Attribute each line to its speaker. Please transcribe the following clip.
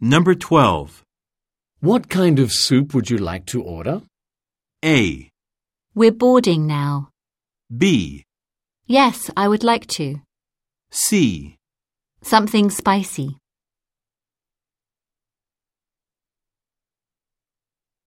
Speaker 1: Number 12.
Speaker 2: What kind of soup would you like to order?
Speaker 1: A.
Speaker 3: We're boarding now.
Speaker 1: B.
Speaker 3: Yes, I would like to.
Speaker 1: C.
Speaker 3: Something spicy.